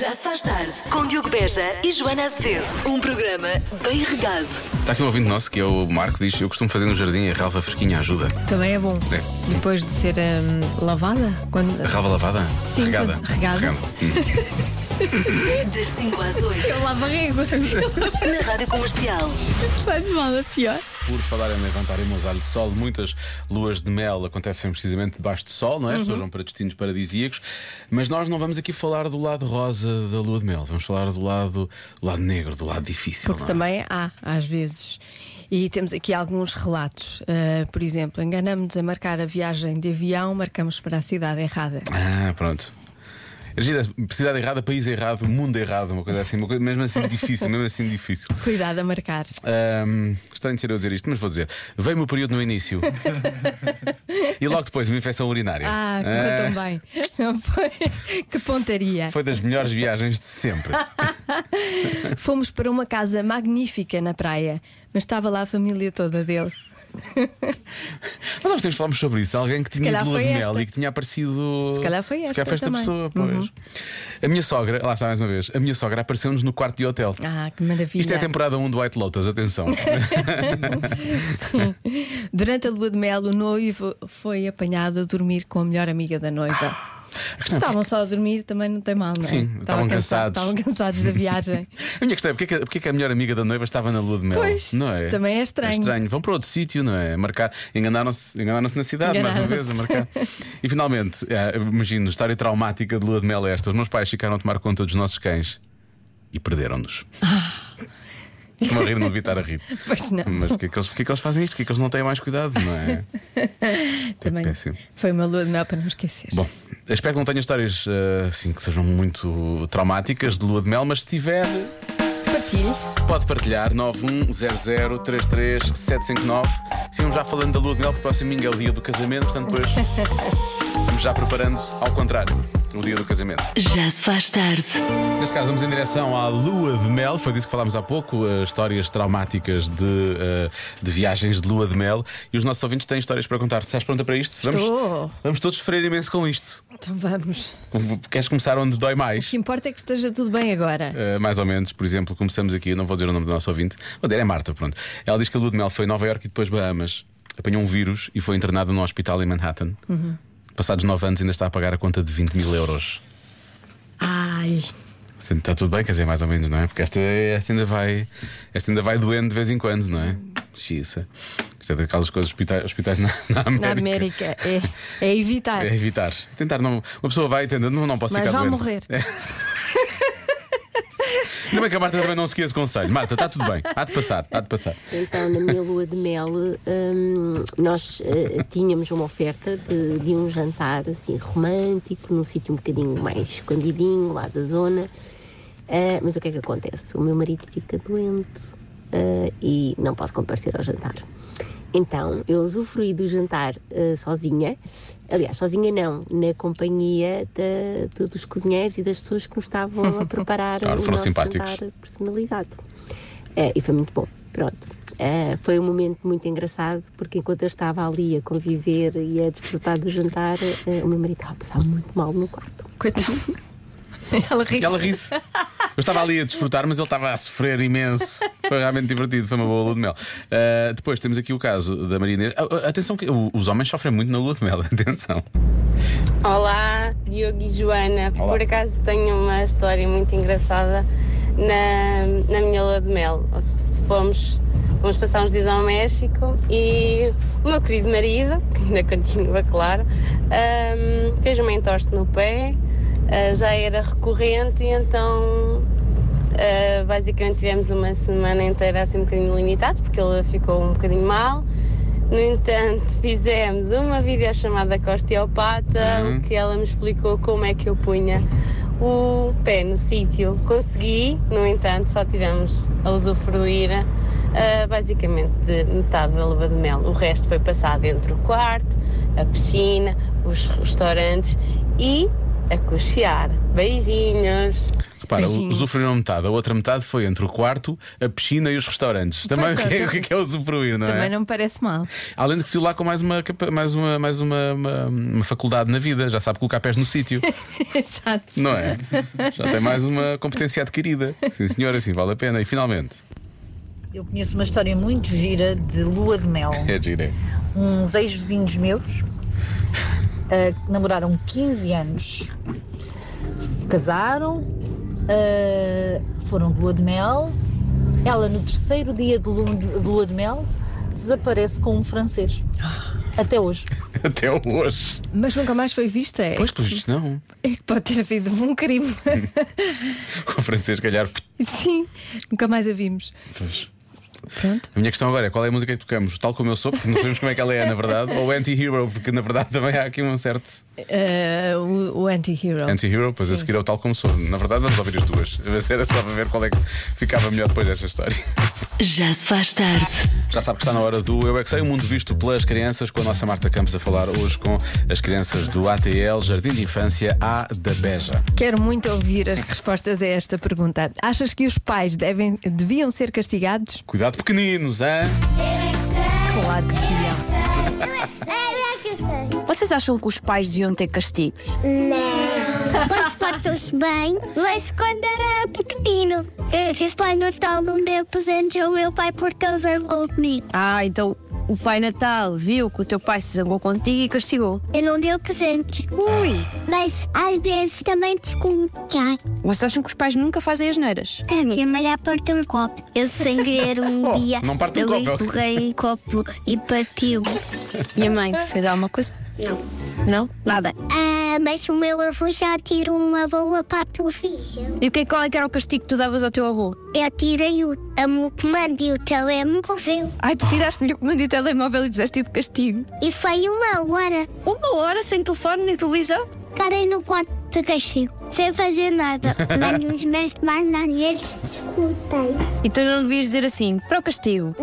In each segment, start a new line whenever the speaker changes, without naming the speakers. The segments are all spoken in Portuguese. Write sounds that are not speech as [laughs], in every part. Já se faz tarde com Diogo Beja e Joana Azevedo. Um programa bem regado.
Está aqui um ouvinte nosso que é o Marco, diz: Eu costumo fazer no jardim a ralva fresquinha ajuda.
Também é bom.
É.
Depois de ser hum, lavada? Quando... [laughs]
A ralva lavada?
Sim,
regada.
regada.
Hum.
Das 5 às 8
Eu lavo a régua.
na Rádio Comercial.
Isto vai de mal a pior.
Por falar em levantar e mozar de sol, muitas luas de mel acontecem precisamente debaixo de sol, não é? As
Uhum.
pessoas vão para destinos paradisíacos. Mas nós não vamos aqui falar do lado rosa da lua de mel, vamos falar do lado, do lado negro, do lado difícil.
Porque
não é?
também há, às vezes. E temos aqui alguns relatos. Ah, por exemplo, enganamos-nos a marcar a viagem de avião, marcamos para a cidade errada.
Ah, pronto. É Gira, cidade errada, país errado, mundo errado, uma coisa assim, uma coisa mesmo assim difícil, mesmo assim difícil.
Cuidado a marcar.
Ahm, estranho de ser eu a dizer isto, mas vou dizer. Veio-me o período no
[laughs]
início e logo depois uma infecção urinária.
Ah,
Ah,
correu tão bem. Não foi? Que pontaria.
foi das melhores viagens de
[laughs]
sempre.
Fomos para uma casa magnífica na praia, mas estava lá a família toda dele.
Mas nós temos falámos sobre isso. Alguém que tinha
calhar
ido de lua
foi
de mel
esta.
e que tinha aparecido.
Se calhar foi
Se
esta
calhar foi esta
também. Uhum.
pessoa, pois. A minha sogra, lá está mais uma vez, a minha sogra apareceu-nos no quarto de hotel.
Ah, que maravilha.
Isto é a temporada 1 do White Lotus, atenção.
Durante a lua de mel, o noivo foi apanhado a dormir com a melhor amiga da noiva.
Ah,
Estavam só a dormir, também não tem mal, não é?
Sim, estavam
cansa-
cansados.
Estavam cansados
[laughs]
da viagem.
A minha questão é porque é, que, porque é que a melhor amiga da noiva estava na lua de mel?
Pois,
não é?
também é estranho.
Vão para outro sítio, não é? Marcar. Enganaram-se enganaram na cidade, mais uma vez, a
Enganaram-se.
marcar.
[laughs]
E finalmente, eh, imagino, história traumática de lua de mel é esta. Os meus pais ficaram a tomar conta dos nossos cães e perderam-nos. Estou a rir, não devia estar a rir.
Pois Ah. não.
Mas porque é que eles, porque é que eles fazem isto? Porque é que eles não têm mais cuidado, não
[laughs]
é?
também
péssimo.
foi uma lua de mel para não esquecer.
Bom, espero que não tenha histórias eh, assim que sejam muito traumáticas de lua de mel, mas se tiver.
Partilhe.
Pode partilhar 910033759. Seguimos já falando da lua de mel, porque o próximo domingo é o dia do casamento, portanto, depois estamos já preparando ao contrário. O dia do casamento.
Já se faz tarde.
Neste caso, vamos em direção à lua de mel. Foi disso que falámos há pouco. eh, histórias traumáticas de, eh, de viagens de lua de mel. E os nossos ouvintes têm histórias para contar. Estás pronta para isto?
Estou.
Vamos, vamos todos sofrer imenso com isto.
Então vamos.
Queres começar onde dói mais?
O que importa é que esteja tudo bem agora.
Uh, mais ou menos, por exemplo, começamos aqui, eu não vou dizer o nome do nosso ouvinte, vou dizer é Marta, pronto. Ela diz que a lua de mel foi em Nova Iorque e depois Bahamas, apanhou um vírus e foi internada num hospital em Manhattan.
Uhum.
Passados 9 anos ainda está a pagar a conta de 20 mil euros.
Ai,
Portanto, Está tudo bem, quer dizer, mais ou menos, não é? Porque esta, esta ainda vai esta ainda vai doendo de vez em quando, não é? Xiça. Isto é daquelas coisas, hospitais, hospitais na, na América.
na América é, é evitar.
É evitar. Tentar não. Uma pessoa vai tentando, não, não posso
Mas
ficar
vai
doente.
morrer.
É. Ainda bem que a Marta também não seguia esse conselho. Marta, está tudo bem. Há de passar, há de passar.
Então, na minha lua de mel, hum, nós eh, tínhamos uma oferta de, de um jantar assim romântico, num sítio um bocadinho mais escondidinho, lá da zona. Eh, mas o que é que acontece? O meu marido fica doente eh, e não pode comparecer ao jantar. Então, eu usufruí do jantar eh, sozinha. Aliás, sozinha não, na companhia da- do- dos cozinheiros e das pessoas que me
[laughs]
estavam a preparar
Claro,
o
foram
nosso
simpáticos.
jantar personalizado. Eh, e foi muito bom. Pronto. Eh, foi um momento muito engraçado porque enquanto eu estava ali a conviver e a desfrutar do jantar, eh, o meu marido estava a passar muito mal no quarto.
Coitado. Ela ri.
E ela ri-se. Eu estava ali a desfrutar, mas ele estava a sofrer imenso. Foi realmente divertido, foi uma boa lua de mel. Ah, depois temos aqui o caso da Maria Inês. Ah, ah, atenção, que o- os homens sofrem muito na lua de mel. [laughs] Atenção.
Olá, Diogo e Joana.
Olá.
Por acaso tenho uma história muito engraçada na, na minha lua de mel. Ou Se se fomos, fomos passar uns dias ao México e o meu querido marido, que ainda continua, claro, ahm, fez uma entorse no pé, ah, já era recorrente e então Uh, basicamente tivemos uma semana inteira assim um bocadinho limitados, porque ele ficou um bocadinho mal. No entanto, [laughs] fizemos uma videochamada com a osteopata,
Uhum.
o que ela me explicou como é que eu punha o pé no sítio. Consegui, no entanto, só tivemos a usufruir uh, basicamente de metade da luva de mel. O resto foi passado entre o quarto, a piscina, os restaurantes e a cochear. Beijinhos.
Repara,
Beijinhos.
usufruíram metade, a outra metade foi entre o quarto, a piscina e os restaurantes. Também o
Pois,
que é,
tá,
o que é que é usufruir, não é?
Também não me
[laughs]
parece mal.
Além de que se lá com mais uma, capa- mais uma, mais uma, uma- uma faculdade na vida, já sabe colocar pés no [laughs] sítio,
Exato.
não é? Já tem mais uma competência adquirida. Sim, senhora, sim, vale a pena. E finalmente,
Eu conheço uma história muito gira de lua de mel.
é gira. [laughs]
Uns ex-vizinhos meus ah, que namoraram 15 anos, casaram, ah, foram de lua de mel. Ela, no terceiro dia de lu- de lua de mel, desaparece com um francês. Até hoje.
Até hoje.
Mas nunca mais foi vista. É
Pois, pelo visto, não.
é que pode ter havido um crime.
[laughs] O francês, se calhar.
Sim, nunca mais a vimos.
Pois.
Pronto.
A minha questão agora é qual é a música que tocamos? Tal como eu sou, porque não sabemos como é que ela é, na verdade, ou anti-hero, porque na verdade também há aqui um certo
Eh, o o anti-hero.
anti-hero, pois a seguir é o tal como sou. Na verdade, vamos ouvir as duas. [laughs] Mas era só para ver qual é que ficava melhor depois desta história.
Já se faz tarde.
Já sabe que está na hora do Eu é Que Sei, o mundo visto pelas crianças, com a nossa Marta Campos a falar hoje com as crianças do ATL, Jardim de Infância A da Beja.
Quero muito ouvir as respostas a esta pergunta. Achas que os pais devem, deviam ser castigados?
Cuidado, pequeninos, hein?
Claro que deviam.
é.
é
Vocês acham que os pais deviam ter castigos?
Quando portam-se bem, mas quando era pequenino. Esse pai Natal não deu presente ao meu pai porque ele zangou comigo.
Ah, então o Pai Natal viu que o teu pai se zangou contigo e castigou.
Ele não deu presente.
Ui!
Mas às vezes também desconfiar.
Vocês acham que os pais nunca fazem as neiras?
A minha mãe já partiu um copo. Eu sem querer
[laughs]
um
Oh,
dia.
não parte um
eu
copo, é o que-
empurrei um copo e partiu.
E a mãe te fez alguma coisa? Não. Não? Nada.
Ah, mas o meu avô já tirou uma boa para a televisão.
E o que, é- qual é que era o castigo que tu davas ao teu avô?
Eu tirei o, o comando e o telemóvel.
Ai, tu tiraste-lhe o comando e o telemóvel e puseste de castigo.
E foi uma hora.
Uma hora sem telefone nem televisão?
Ficarei no quarto de castigo, sem fazer
[laughs]
nada. Mas os meus pais às vezes discutem.
Então não devias dizer assim, para o castigo.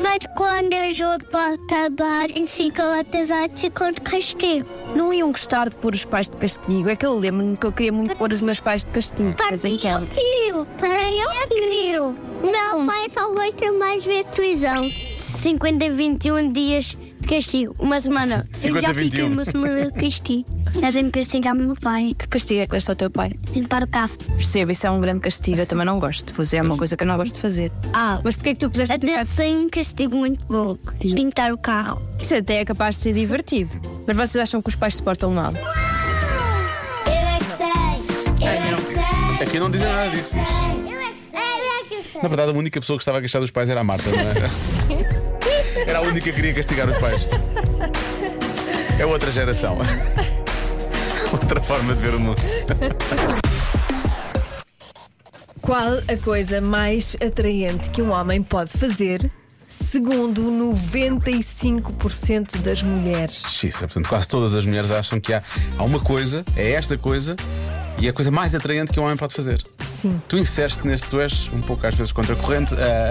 Mas quando eu jogo para acabar, e ficam atrasados e com castigo.
Não iam gostar de pôr os pais de castigo. É que eu lembro-me que eu queria muito pôr os meus pais de castigo.
Hum.
Mas em que
Partiu, viu? Para eu viu? Meu pai só gosta mais ver televisão.
50 a 21 dias de castigo, uma semana.
50 a 21.
semana de castigo. Mas eu me castigo ao meu pai.
Que castigo é que deste ao teu pai?
Limpar o carro.
Percebo, isso é um grande castigo. Eu também não gosto de fazer, é uma coisa que eu não gosto de fazer. Ah, mas porquê é que tu puseste
Até sem um castigo muito bom. Pintar o carro.
Isso até é capaz de ser divertido. Mas vocês acham que os pais se portam mal?
Eu é que sei. Eu é que sei.
Aqui não dizem nada disso.
Eu é que sei, eu é que sei.
Na verdade, a única pessoa que estava a gastar os pais era a Marta, não é? Era a única que queria castigar os pais. É outra geração. [laughs] Outra forma de ver o mundo.
Qual a coisa mais atraente que um homem pode fazer, segundo 95% das mulheres?
Xiça, portanto, quase todas as mulheres acham que há, há uma coisa, é esta coisa, e é a coisa mais atraente que um homem pode fazer.
Sim.
Tu inseste neste, tu és um pouco às vezes contracorrente.
[laughs]
ah,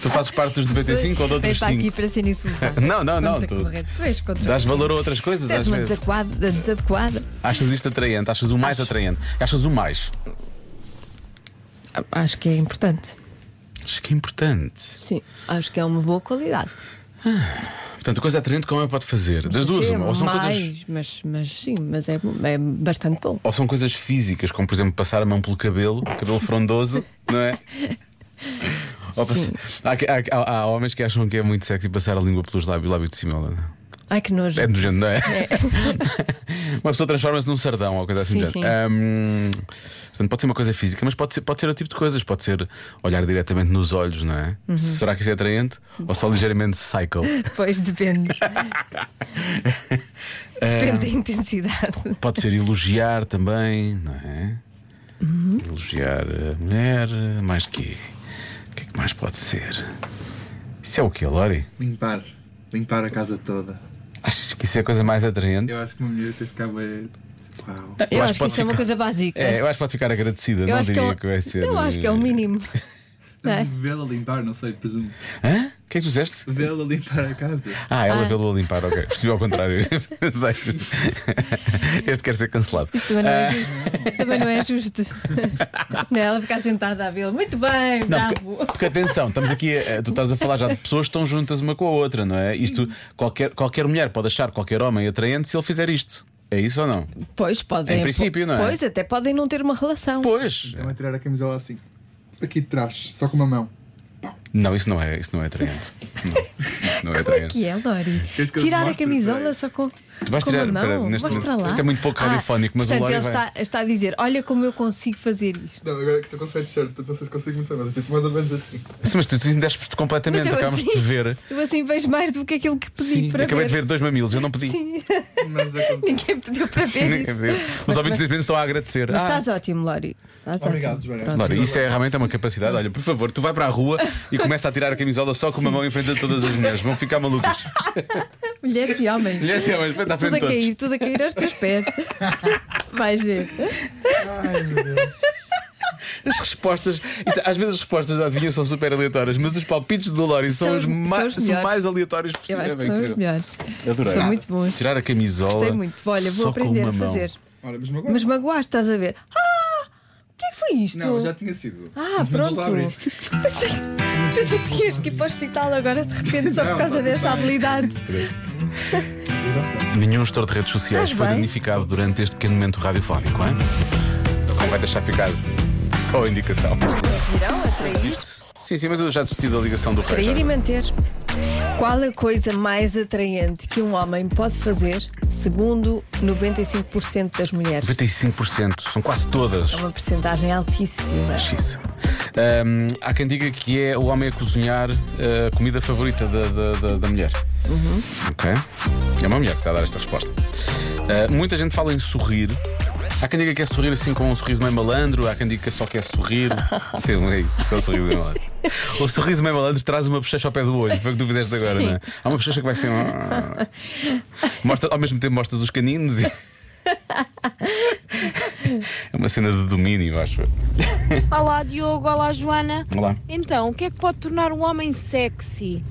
tu fazes parte dos 95 ou de outros
Está aqui
5.
para ser
[laughs]
insultado.
Não, não, não.
Conta
Tu
corrente. Pois, contra-
dás valor a outras coisas às
És uma
vezes.
desadequada, desadequada.
Achas isto atraente, achas o mais atraente, achas o mais.
Acho que é importante.
Acho que é importante.
Sim, acho que é uma boa qualidade.
Portanto, a coisa atraente é que o homem pode fazer. Das duas,
Sim, é
uma. Ou são,
mais,
coisas,
mas, mas sim, mas é, é bastante bom.
ou são coisas físicas, como por exemplo passar a mão pelo cabelo, cabelo
[laughs]
frondoso, não é? Ou pass- há, que- há, há- há homens que acham que é muito sexy passar a língua pelos lábios, lábio de cima. não é?
Ai que nojo.
É nojento, não é? [laughs] uma pessoa transforma-se num sardão ou coisa assim.
Sim,
do
sim.
género. Hum, portanto, pode ser uma coisa física, mas pode ser, pode ser outro tipo de coisas. Pode ser olhar diretamente nos olhos, não é?
Uhum.
Será que isso é atraente? Ou só ligeiramente psycho?
[laughs] [laughs]
[laughs]
Pois depende. depende da intensidade.
Pode ser elogiar também, não é?
Uhum.
Elogiar a mulher, mais que. O que é que mais pode ser? Isso é o quê, Lori?
Limpar. Limpar a casa toda.
Achas que isso é a coisa mais atraente?
Eu acho que uma mulher eh, tem que ficar bem. Uau.
acho
Eu,
que
acho, que
pode
isso é uma
ficar-
coisa básica.
É, eu acho que pode ficar agradecida,
eu
não
acho que
diria
é
que,
o-
vai ser. eh,
eu acho que é o mínimo. Não é?
Vê-la limpar, não sei, presumo.
Hã? O que é que tu disseste?
Vê-la limpar a casa.
Ah, ela vê-lo a limpar, ok. Percebi ao contrário. [laughs] Sei. este quer ser cancelado.
Isso também não
Ah.
é justo. Também não é justo. Não, ela ficar sentada a vê-lo. Muito bem,
Não,
bravo.
porque, é porque atenção, estamos aqui, a- tu estás a falar já de pessoas que estão juntas uma com a outra, não é? Isto, qualquer, qualquer mulher pode achar qualquer homem atraente se ele fizer isto. É isso ou não?
Pois podem.
Em princípio, não é?
Pois, até podem não ter uma relação.
Pois.
Então a tirar a camisola assim. Aqui de trás, só com uma mão.
Não, isso não é, isso não é atraente. Não, isso não é
Como é
atraente.
que é, Lori?
Queres que eu te
Tirar a
mostre?
camisola
Peraí.
só com, tu
vais
com
tirar-
a mão?
pera, neste-
Mostra
neste-
lá.
isto é muito pouco radiofónico,
ah,
mas o
portanto,
Lori
ele
vai-
está, está a dizer: Olha como eu consigo fazer isto.
Não, agora é que estou com o sweatshirt, não sei se consigo muito bem, mas é tipo mais ou menos assim.
Mas tu desindeste-te completamente,
é? Mas eu
acabamos de
assim-
te ver.
[laughs] Eu assim vejo mais do que aquilo que pedi
Sim,
para
acabei
ver.
de ver dois mamilos, eu não pedi.
Sim,
Mas é acontece.
[laughs] ninguém pediu
[laughs]
para ver
Ninguém
isso.
pediu. Os ouvintes deste estão a agradecer.
Mas
Ah,
estás ótimo, Lori. Estás
Obrigado,
ótimo.
Joana.
Pronto.
Olha, isso é realmente é uma capacidade. Olha, por favor, tu vai para a rua e começa a tirar a camisola só com uma mão em frente a todas as mulheres. Vão ficar [laughs] malucas.
Mulheres e homens.
Mulheres e homens, espera, está à
Tudo
frente de
a
todos.
cair, tudo a cair aos teus
[laughs]
pés. Vais ver.
As respostas, isto- às vezes as respostas da adivinha são super aleatórias, mas os palpites do Lori são,
São
os,
os- são
mais,
os
são
melhores.
mais aleatórios possível.
Eu acho que
É
são os
incrível.
melhores.
Adorei.
São muito bons.
Tirar a camisola.
Gostei muito. Olha,
só
vou
com
aprender
uma
a
mão.
fazer.
Olha, mas agora.
Mas magoaste, estás a ver. Ah! O que é que foi isto?
Não, já tinha sido.
Ah,
Mas não
pronto.
vou abrir.
Pensei, pensei que tinhas que ir para o hospital agora de repente só por
Não,
causa
tá tudo
dessa
bem.
habilidade.
Nenhum gestor de redes sociais
Estás
foi
Ah, bem?
danificado durante este pequeno momento radiofónico, hein? Então vai deixar ficar só a indicação.
Irão atrair.
Sim, sim, mas eu já desisti da ligação do rei. já.
Atrair e manter. Qual a coisa mais atraente que um homem pode fazer, segundo 95% das mulheres?
95%, são quase todas.
É uma percentagem altíssima.
Justiça. Hum, há quem diga que é o homem a cozinhar uh, a comida favorita da, da, da- da mulher. Ok? É uma mulher que está a dar esta resposta. Uh, muita gente fala em sorrir. Há quem diga que é sorrir assim com um sorriso meio malandro, há quem diga que é só quer sorrir. Sim, não é isso, só sorriso meio malandro. O sorriso meio malandro traz uma bochecha ao pé do olho, foi o que tu fizeste agora, não é? Há uma bochecha que vai ser. um- Mostra, ao mesmo tempo mostras os caninos e. É uma cena de domínio, acho. eu.
Olá Diogo, olá Joana.
Olá.
Então, o que é que pode tornar um homem sexy?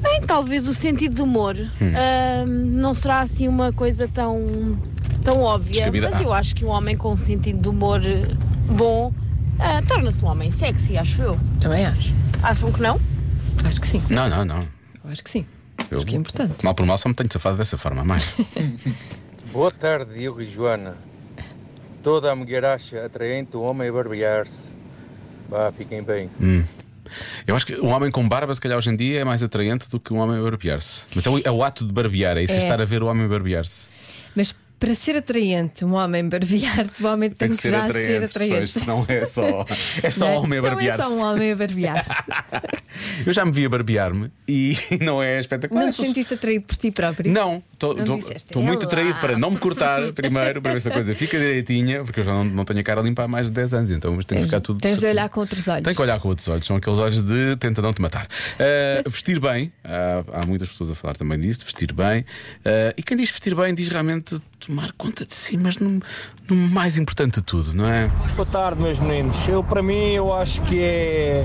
Bem, talvez o sentido de humor.
Hum.
Ahm, não será assim uma coisa tão, tão óbvia,
Descabida.
mas
Ah.
eu acho que um homem com um sentido de humor eh, bom ah, torna-se um homem sexy, acho eu.
Também acho.
Acham que não?
Acho que sim.
Não, não, não.
Eu acho que sim.
Eu-
Acho que é importante.
Mal por mal só me tenho safado dessa forma,
[laughs]
mais.
Boa tarde, Diogo e Joana. Toda a mulher acha atraente o homem a barbear-se. Vá, fiquem bem.
Eu acho que um homem com barba, se calhar hoje em dia, é mais atraente do que um homem a barbear-se. Mas é o, é o ato de barbear, é isso, é
É.
estar a ver o homem barbear-se.
Mas para ser atraente, um
[laughs]
homem barbear-se, o homem tem, que, já ser
pois,
atraente.
[laughs] senão é só, é só
Não é?
um homem a
Senão É
barbear-se.
só um homem
[laughs]
a barbear-se.
Eu já me vi a barbear-me e [laughs] não é espetacular.
não te
Sou-
sentiste atraído por ti próprio?
Não,
Não disseste,
estou
"É
muito
lá."
atraído para não me
[laughs]
cortar primeiro, para ver se a coisa fica direitinha, porque eu já não, não tenho a cara limpa há mais de 10 anos, então mas tenho que
Tens,
ficar tudo
tens de
certinho.
olhar com outros olhos.
Tem que olhar com outros olhos, são aqueles olhos de tenta não te matar. Ah, vestir bem, há, há muitas pessoas a falar também disso, de vestir bem. Ah, e quem diz vestir bem diz realmente tomar conta de si, mas no, no mais importante de tudo, não é? [laughs]
Boa tarde, meus meninos. Eu, para mim, eu acho que é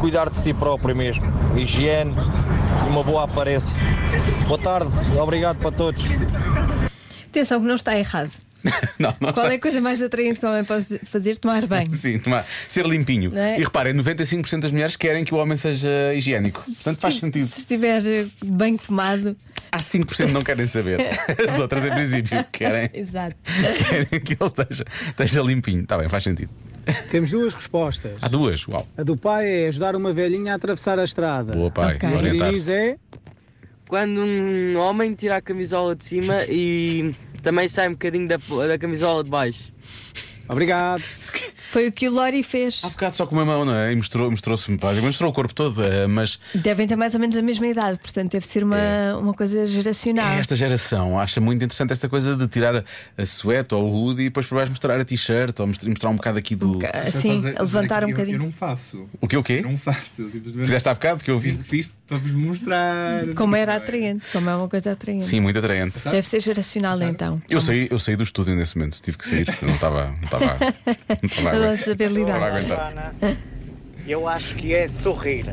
cuidar de si próprio mesmo. Higiene e uma boa aparência. Boa tarde, obrigado para todos.
Atenção, que não está errado.
não, não
Qual
está-
é a coisa mais atraente que o homem pode fazer? Tomar banho.
Sim, assim, tomar, ser limpinho.
Não é?
E reparem, 95% das mulheres querem que o homem seja higiênico. Portanto, faz
Se-
sentido.
Se estiver eh, bem tomado.
Há 5% que não querem
[laughs]
saber. As outras, em princípio, querem,
Exato.
querem que ele esteja, esteja limpinho. Está bem, faz sentido.
Temos duas respostas.
Há duas, uau.
A do pai é ajudar uma velhinha a atravessar a estrada.
Boa, pai.
Ok.
Orientar-se.
é
Quando um homem tira a camisola de cima e também sai um bocadinho da, da camisola de baixo.
obrigado.
Foi o que o Lori fez.
Há bocado só com uma mão, não é? E mostrou- mostrou-se-me mostrou básico, mostrou o corpo todo, eh, mas
Devem ter mais ou menos a mesma idade, portanto deve ser uma,
É.
uma coisa geracional.
esta geração acha muito interessante esta coisa de tirar a, a suéte ou o hoodie e depois por baixo mostrar a t-shirt ou mostrar, mostrar um bocado aqui do.
Ca-
Já
Assim,
estás a-
a levantar
eu-
um bocadinho.
Eu não faço.
O quê, o quê?
Eu não faço. Eu simplesmente
Fizeste há bocado que eu vi.
fiz, fiz para vos mostrar.
Como era
Bem.
atraente, como é uma coisa atraente.
Sim, muito atraente.
Deve ser geracional então.
Eu saí, eu saí do estúdio nesse momento, tive que sair, eu não estava. Não estava. Não estava a
Eu não [laughs]
aguentar.
saber
Não estava a
lidar.
aguentar.
Eu acho que é sorrir.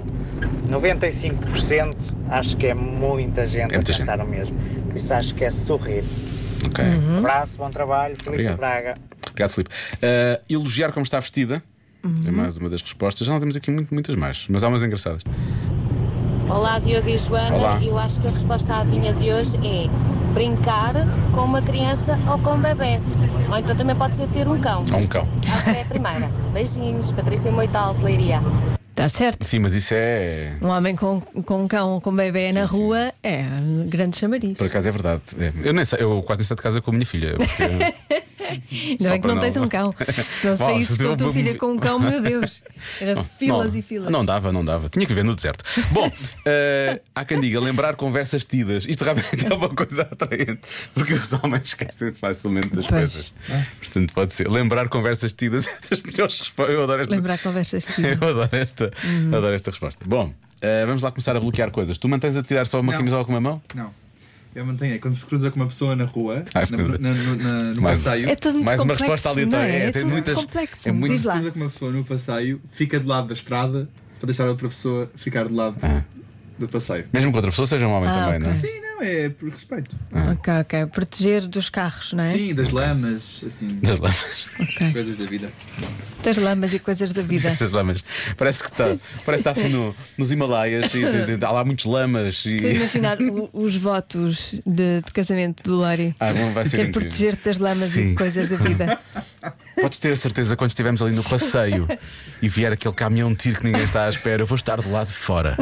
95% acho que é muita gente a pensar o mesmo. Por isso acho que é sorrir.
Ok.
Abraço, bom trabalho, Filipe
Obrigado.
Braga.
Obrigado, Filipe. Ah, elogiar como está vestida. É mais uma das respostas. Já não temos aqui muito- muitas mais, mas há umas engraçadas.
Olá, Diogo e Joana.
Olá.
Eu acho que a resposta à vinha de hoje é brincar com uma criança ou com um bebê. Ou então também pode ser ter um cão.
Há um cão.
Acho que é a primeira. Beijinhos, Patrícia Moital, de Leiria.
Está Tá certo.
Sim, mas isso é.
Um homem com, com um cão ou com um bebê na rua é um grande chamariz.
Por acaso é verdade. É. Eu, nem sei- eu quase nem saio de casa com a minha filha. porque-
Ainda
Só
bem que
para
não tens
[laughs]
um cão. Se não
Bom,
saísses
se
com a
eu-
tua filha com um cão, meu Deus. [laughs] Era filas
não,
e filas.
Não dava, não dava. Tinha que ver no deserto.
[laughs]
Bom, eh, há quem diga lembrar conversas tidas. Isto realmente é uma coisa atraente, porque os homens esquecem-se facilmente das coisas.
é.
Portanto, pode ser. Lembrar conversas tidas é das melhores respostas. Eu adoro esta.
Lembrar Uhum. conversas de
[laughs] Eu adoro esta, adoro esta resposta. Bom, eh, vamos lá começar a bloquear coisas. Tu mantens a tirar só uma
Não.
camisola com uma mão?
Não. Eu mantenho, é quando se cruza com uma pessoa na rua,
Ai,
na,
meu
na,
Deus.
no, na- no
Mais-
passeio.
É tudo muito mais uma complexo, resposta aleatória. não é? É, É tem tudo muito muitas- complexo. é muito- Diz lá.
Quando se cruza com uma pessoa no passeio, fica do lado da estrada para deixar a outra pessoa ficar do lado
Ah.
do passeio.
Mesmo que outra pessoa seja um homem
Ah,
também,
ok.
não é?
Sim, não, é por respeito.
Ok, ok. Proteger dos carros, não é?
Sim, das lamas, assim.
Das lamas.
Coisas da vida.
Das lamas e coisas
[laughs]
da vida.
Essas lamas. Parece que está parece que está assim no- nos Himalaias e de- de- há lá muitos lamas.
Estou a
E...
imaginar o- os votos de, de casamento do Lori.
[laughs] Ah, bom, vai ser
Quer
incrível.
proteger-te das lamas
Sim.
e
[laughs]
coisas da vida.
Podes ter a certeza quando estivermos ali no passeio e vier aquele caminhão de tiro que ninguém está à espera, eu vou estar do lado de fora.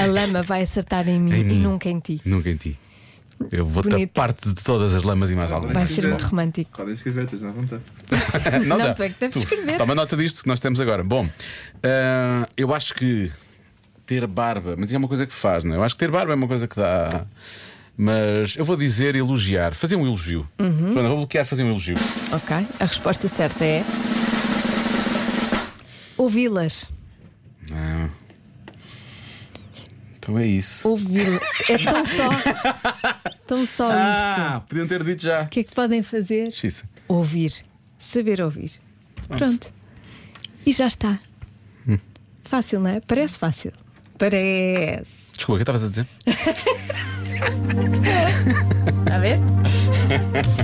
A lama vai acertar em mim,
Em
e
mim.
nunca em ti.
Nunca em ti. Eu vou
Bonito.
tapar-te de todas as lamas e mais algumas.
Vai ser muito romântico.
Podem escrever, estejam à vontade.
Não, dá.
tu é que deves
Tu,
escrever.
Toma nota disto que nós temos agora. Bom, ah, eu acho que ter barba, mas isso é uma coisa que faz, não é? Eu acho que ter barba é uma coisa que dá. Mas eu vou dizer elogiar, fazer um elogio.
Uhum.
Joana, vou bloquear fazer um elogio.
Ok. A resposta certa é. Ouvi-las.
Ah. Então é isso.
Ouvi-las. É tão só. Tão só
ah,
isto.
podiam ter dito já.
O que é que podem fazer?
Xiça.
Ouvir. Saber ouvir. Pronto. E já está.
Hum.
Fácil, não é? Parece fácil. Parece.
Desculpa, o que estavas a dizer?
Está a ver?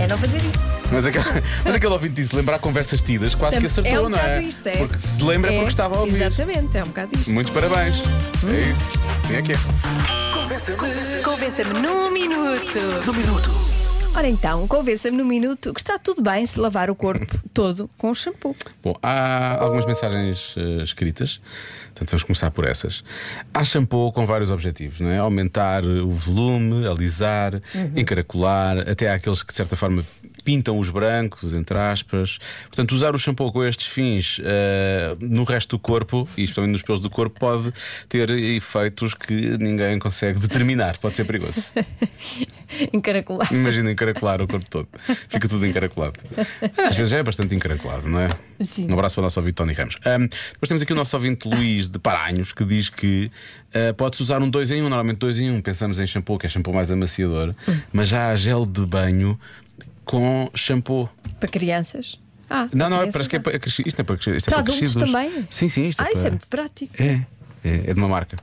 É não fazer isto.
Mas aquele, mas aquele ouvinte disse lembrar conversas tidas, quase que acertou,
é um
não é?
bocado isto, é?
Porque se lembra
é,
porque estava a ouvir.
Exatamente, Uhum. é um bocado isto.
Muitos parabéns. É isso. Sim, é que é.
Convença-me num minuto. Num um minuto. Ora então, convença-me num minuto que está tudo bem se lavar
[laughs]
o corpo todo com um shampoo.
Bom, há algumas mensagens eh, escritas, portanto vamos começar por essas. Há shampoo com vários objetivos, não é? Aumentar eh, o volume, alisar, encaracolar, até há aqueles que de certa forma pintam os brancos, entre aspas. Portanto, usar o shampoo com estes fins eh, no resto do corpo, e especialmente nos pelos do corpo, pode ter efeitos que ninguém consegue determinar, pode ser perigoso.
Encaracolar.
Imagina encaracolar o corpo todo. Fica tudo encaracolado. Às vezes já é bastante encaracolado, não é?
Sim.
Um abraço para o nosso ouvinte Tony Ramos. Ahm, depois temos aqui o nosso ouvinte Luís de Paranhos que diz que ah, pode-se usar um 2 em 1. Um. Normalmente 2 em 1 um. pensamos em shampoo, que é shampoo mais amaciador, mas já há gel de banho com shampoo.
Para crianças. Ah,
Não,
para
não,
crianças,
parece que é para cresci- Isto é para, cresci- isto é
Para
para,
adultos
crescidos.
também?
Sim, sim, isto é
Ah,
para.
isso é muito prático.
É, é, é de uma marca.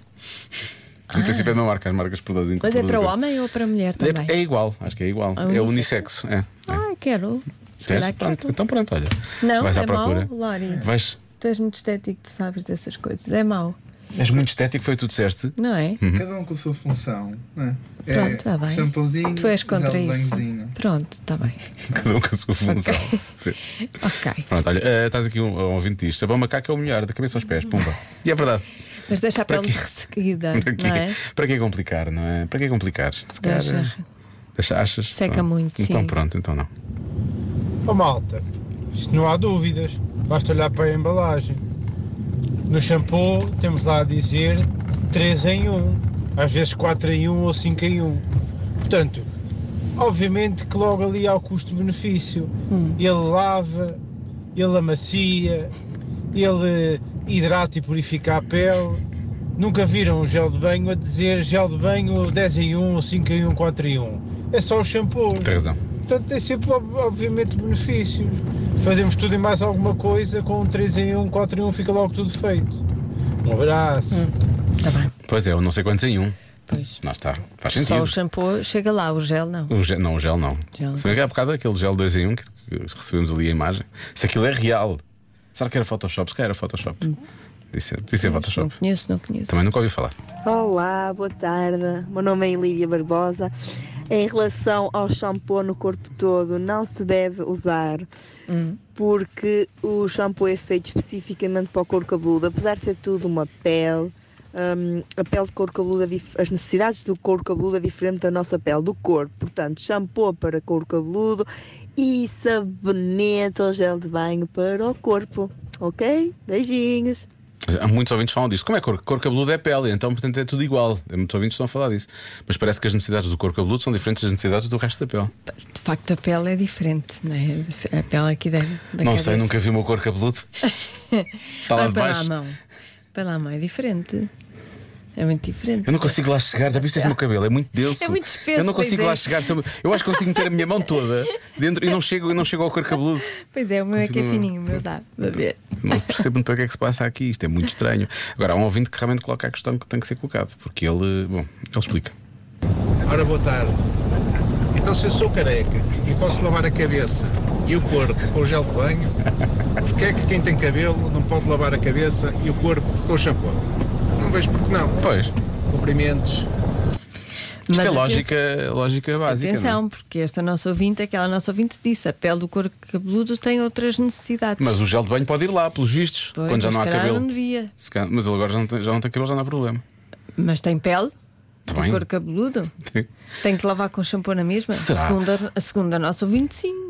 Em princípio é de uma marca, as marcas produzem.
Mas Ah. é
produzem
para
coisas.
homem ou para mulher também?
É, é igual, acho que é igual.
É
É
unissexo?
unissexo. É.
Ah, quero. Se
É?
calhar
Pronto,
quero.
então pronto, olha.
Não,
Vais
é
à procura.
mau, Lori.
Vais.
Tu és muito estético, tu sabes dessas coisas. É mau,
És muito estético, foi o que tu
[laughs]
disseste.
não é?
Uhum.
Cada um com a sua função, não é?
Pronto, está bem.
Shampoozinho, é um
tu és contra
gel de
isso.
banhozinho.
Pronto, está bem.
Cada um com a sua função.
Ok.
Sim.
Ok.
Pronto, olha, eh, estás aqui um, um ouvinte disto. Sabão macaco é o melhor, da cabeça aos pés, pumba. E é verdade.
Mas deixa a
Para
pele
quê?
ressequida,
Para quê,
não é?
para quê complicar, não é? Para quê complicar? Se calhar,
Deixa.
eh, deixa- achas?
Seca
Pronto.
muito,
Então
sim.
pronto, então não.
Ó malta, isto não há dúvidas, basta olhar para a embalagem. No shampoo temos lá a dizer 3 em 1, às vezes 4 em 1 ou 5 em 1. Portanto, obviamente que logo ali há o custo-benefício. Ele lava, ele amacia, ele hidrata e purifica a pele. Nunca viram um gel de banho a dizer gel de banho 10 em 1, 5 em 1, 4 em 1. É só o shampoo.
Tem razão.
Portanto, tem sempre, ob- obviamente, benefícios. um, Fazemos tudo e mais alguma coisa, com um 3 em 1, 4 em 1 fica logo tudo feito. Um abraço.
Está bem.
Pois é, eu não sei quantos em um. Pois. Não está. Faz
Só
sentido.
o shampoo chega lá, o gel não.
O gel- não, o gel não.
Gel.
Se bem que há bocado aquele gel 2 em 1 que que recebemos ali a imagem. Se aquilo é real. Será que era Photoshop? Se calhar era Photoshop. Disse, disse Photoshop.
Conheço, não conheço.
Também nunca ouvi falar.
Olá, boa tarde. Meu nome é Ilíria Barbosa. Em relação ao shampoo no corpo todo, não se deve usar porque o shampoo é feito especificamente para o couro cabeludo. Apesar de ser tudo uma pele, hum, a pele de couro cabeludo, é dif- as necessidades do couro cabeludo é diferente da nossa pele, do corpo. Portanto, shampoo para couro cabeludo e sabonete ou gel de banho para o corpo. Ok? Beijinhos.
Há muitos ouvintes que falam disso. Como é cor? Cor cabeludo é pele, então portanto é tudo igual. Muitos ouvintes estão a falar disso. Mas parece que as necessidades do cor cabeludo são diferentes das necessidades do resto da pele.
De facto, a pele é diferente, não é? A pele aqui da, da
não
cabeça.
sei, nunca vi o meu cor
[laughs]
cabeludo. Está lá
Ah,
de
para lá a
baixo.
mão. Para lá a mão é diferente. É muito diferente.
Eu não consigo lá chegar, já viste esse meu cabelo? É muito denso.
É muito espesso,
Eu não
pois
consigo
é.
lá chegar. Se Eu eu acho que consigo meter a minha mão toda dentro e não chego, eu não chego ao cor cabeludo.
Pois é, o meu é que é
Continua.
fininho, o meu dá. para ver.
Não percebo muito para que é que se passa aqui, isto é muito estranho. Agora, há um ouvinte que realmente coloca a questão que tem que ser colocado, porque ele, bom, ele explica.
Ora, boa tarde. Então, se eu sou careca e posso lavar a cabeça e o corpo com o gel de banho, porque é que quem tem cabelo não pode lavar a cabeça e o corpo com o shampoo? Não vejo porque não.
Pois.
Cumprimentos.
Isto
Mas
é
atenção-
lógica, lógica básica. não é?
Atenção, porque esta nossa ouvinte, aquela nossa ouvinte disse, a pele do couro cabeludo tem outras necessidades.
Mas o gel de banho pode ir lá, pelos vistos,
Pois,
quando já
mas
não há
se calhar
cabelo.
não devia.
Se calhar- Mas ele agora já não, tem, já não tem cabelo, já não há problema.
Mas tem pele?
Tá
do
bem.
couro cabeludo? Tem que lavar com shampoo na mesma?
Será?
Segundo a, a segunda nossa ouvinte, sim.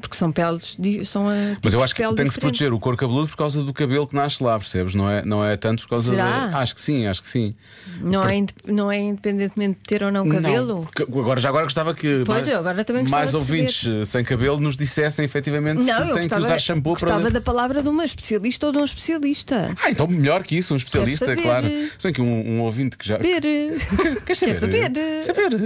Porque são peles. di- São a,
Mas eu acho que
pele
tem que se
diferentes.
proteger o couro cabeludo por causa do cabelo que nasce lá, percebes? Não é, não é tanto por causa
Será?
da. Acho que sim, acho que sim.
Não é, inde- não é independentemente de ter ou não cabelo?
Não, porque agora, já agora gostava que
Pois,
mais,
eu agora também gostava
mais
de
ouvintes eh, sem cabelo nos dissessem efetivamente
Não,
se
eu
têm
gostava,
que usar shampoo para.
gostava da palavra de uma especialista ou de um especialista.
Ah, então melhor que isso, um especialista,
Quer saber?
claro. Se bem que um, um ouvinte que já. [laughs] eh,
Saber. Quer saber?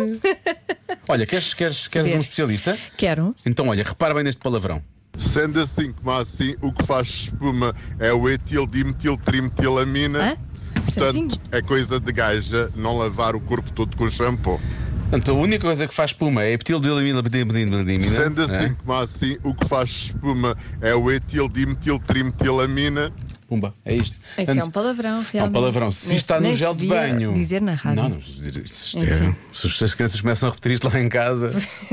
[laughs]
Olha, queres, queres, queres
Saber.
um especialista?
Quero.
Então, olha, repara bem neste palavrão.
Sendo assim como assim, o que faz espuma é o etil dimetil trimetilamina. Portanto, é coisa de gaja não lavar o corpo todo com shampoo.
Portanto, a única coisa que faz espuma é epitilamina.
Sendo assim
É?
como assim, o que faz espuma é o etil dimetil trimetilamina.
Pumba, é isto.
Isso é um palavrão, realmente.
É um palavrão. Se
Nem-
está no
nem
gel
se
de
devia
banho.
Dizer na rádio.
Não, não, dizer- isto
Enfim.
é, se as- se as crianças começam a repetir isto lá em
[laughs]
casa,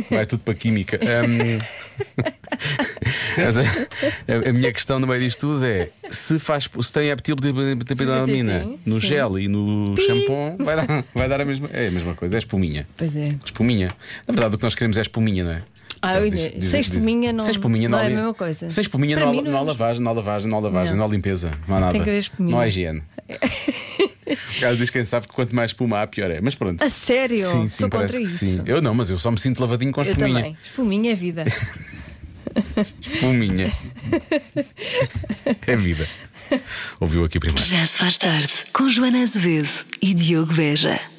vai tudo para a química. Hum, [laughs] mas a, a- a minha questão no meio disto tudo é: se, faz, se tem epitilamina no
Sim.
gel e no
Pi.
shampoo, vai dar, vai dar a, mesma, é a mesma coisa, é espuminha.
Pois é.
Espuminha. Na verdade, o que nós queremos é espuminha, não é?
Ah,
Eles
eu
dizem-
ainda-
dizem-
sem
dizem-
espuminha não-
sem espuminha
não é a
há-
mesma coisa.
Sem espuminha
Para
não, há-
mim não
não há
é.
lavagem, não há lavagem, não há lavagem,
Não.
não há limpeza, não há nada.
Tem que haver espuminha.
Não há
[laughs]
higiene. Por causa diz quem sabe que quanto mais espuma há, pior é. Mas pronto.
A sério?
Sim, sim,
Ah, Sou contra
parece que
isso.
sim. Eu não, mas eu só me sinto lavadinho com
Eu
espuminha.
também. Espuminha é vida.
Espuminha.
[laughs]
é vida. Ouviu aqui primeiro.
Já se faz tarde com Joana Azevedo e Diogo Beja.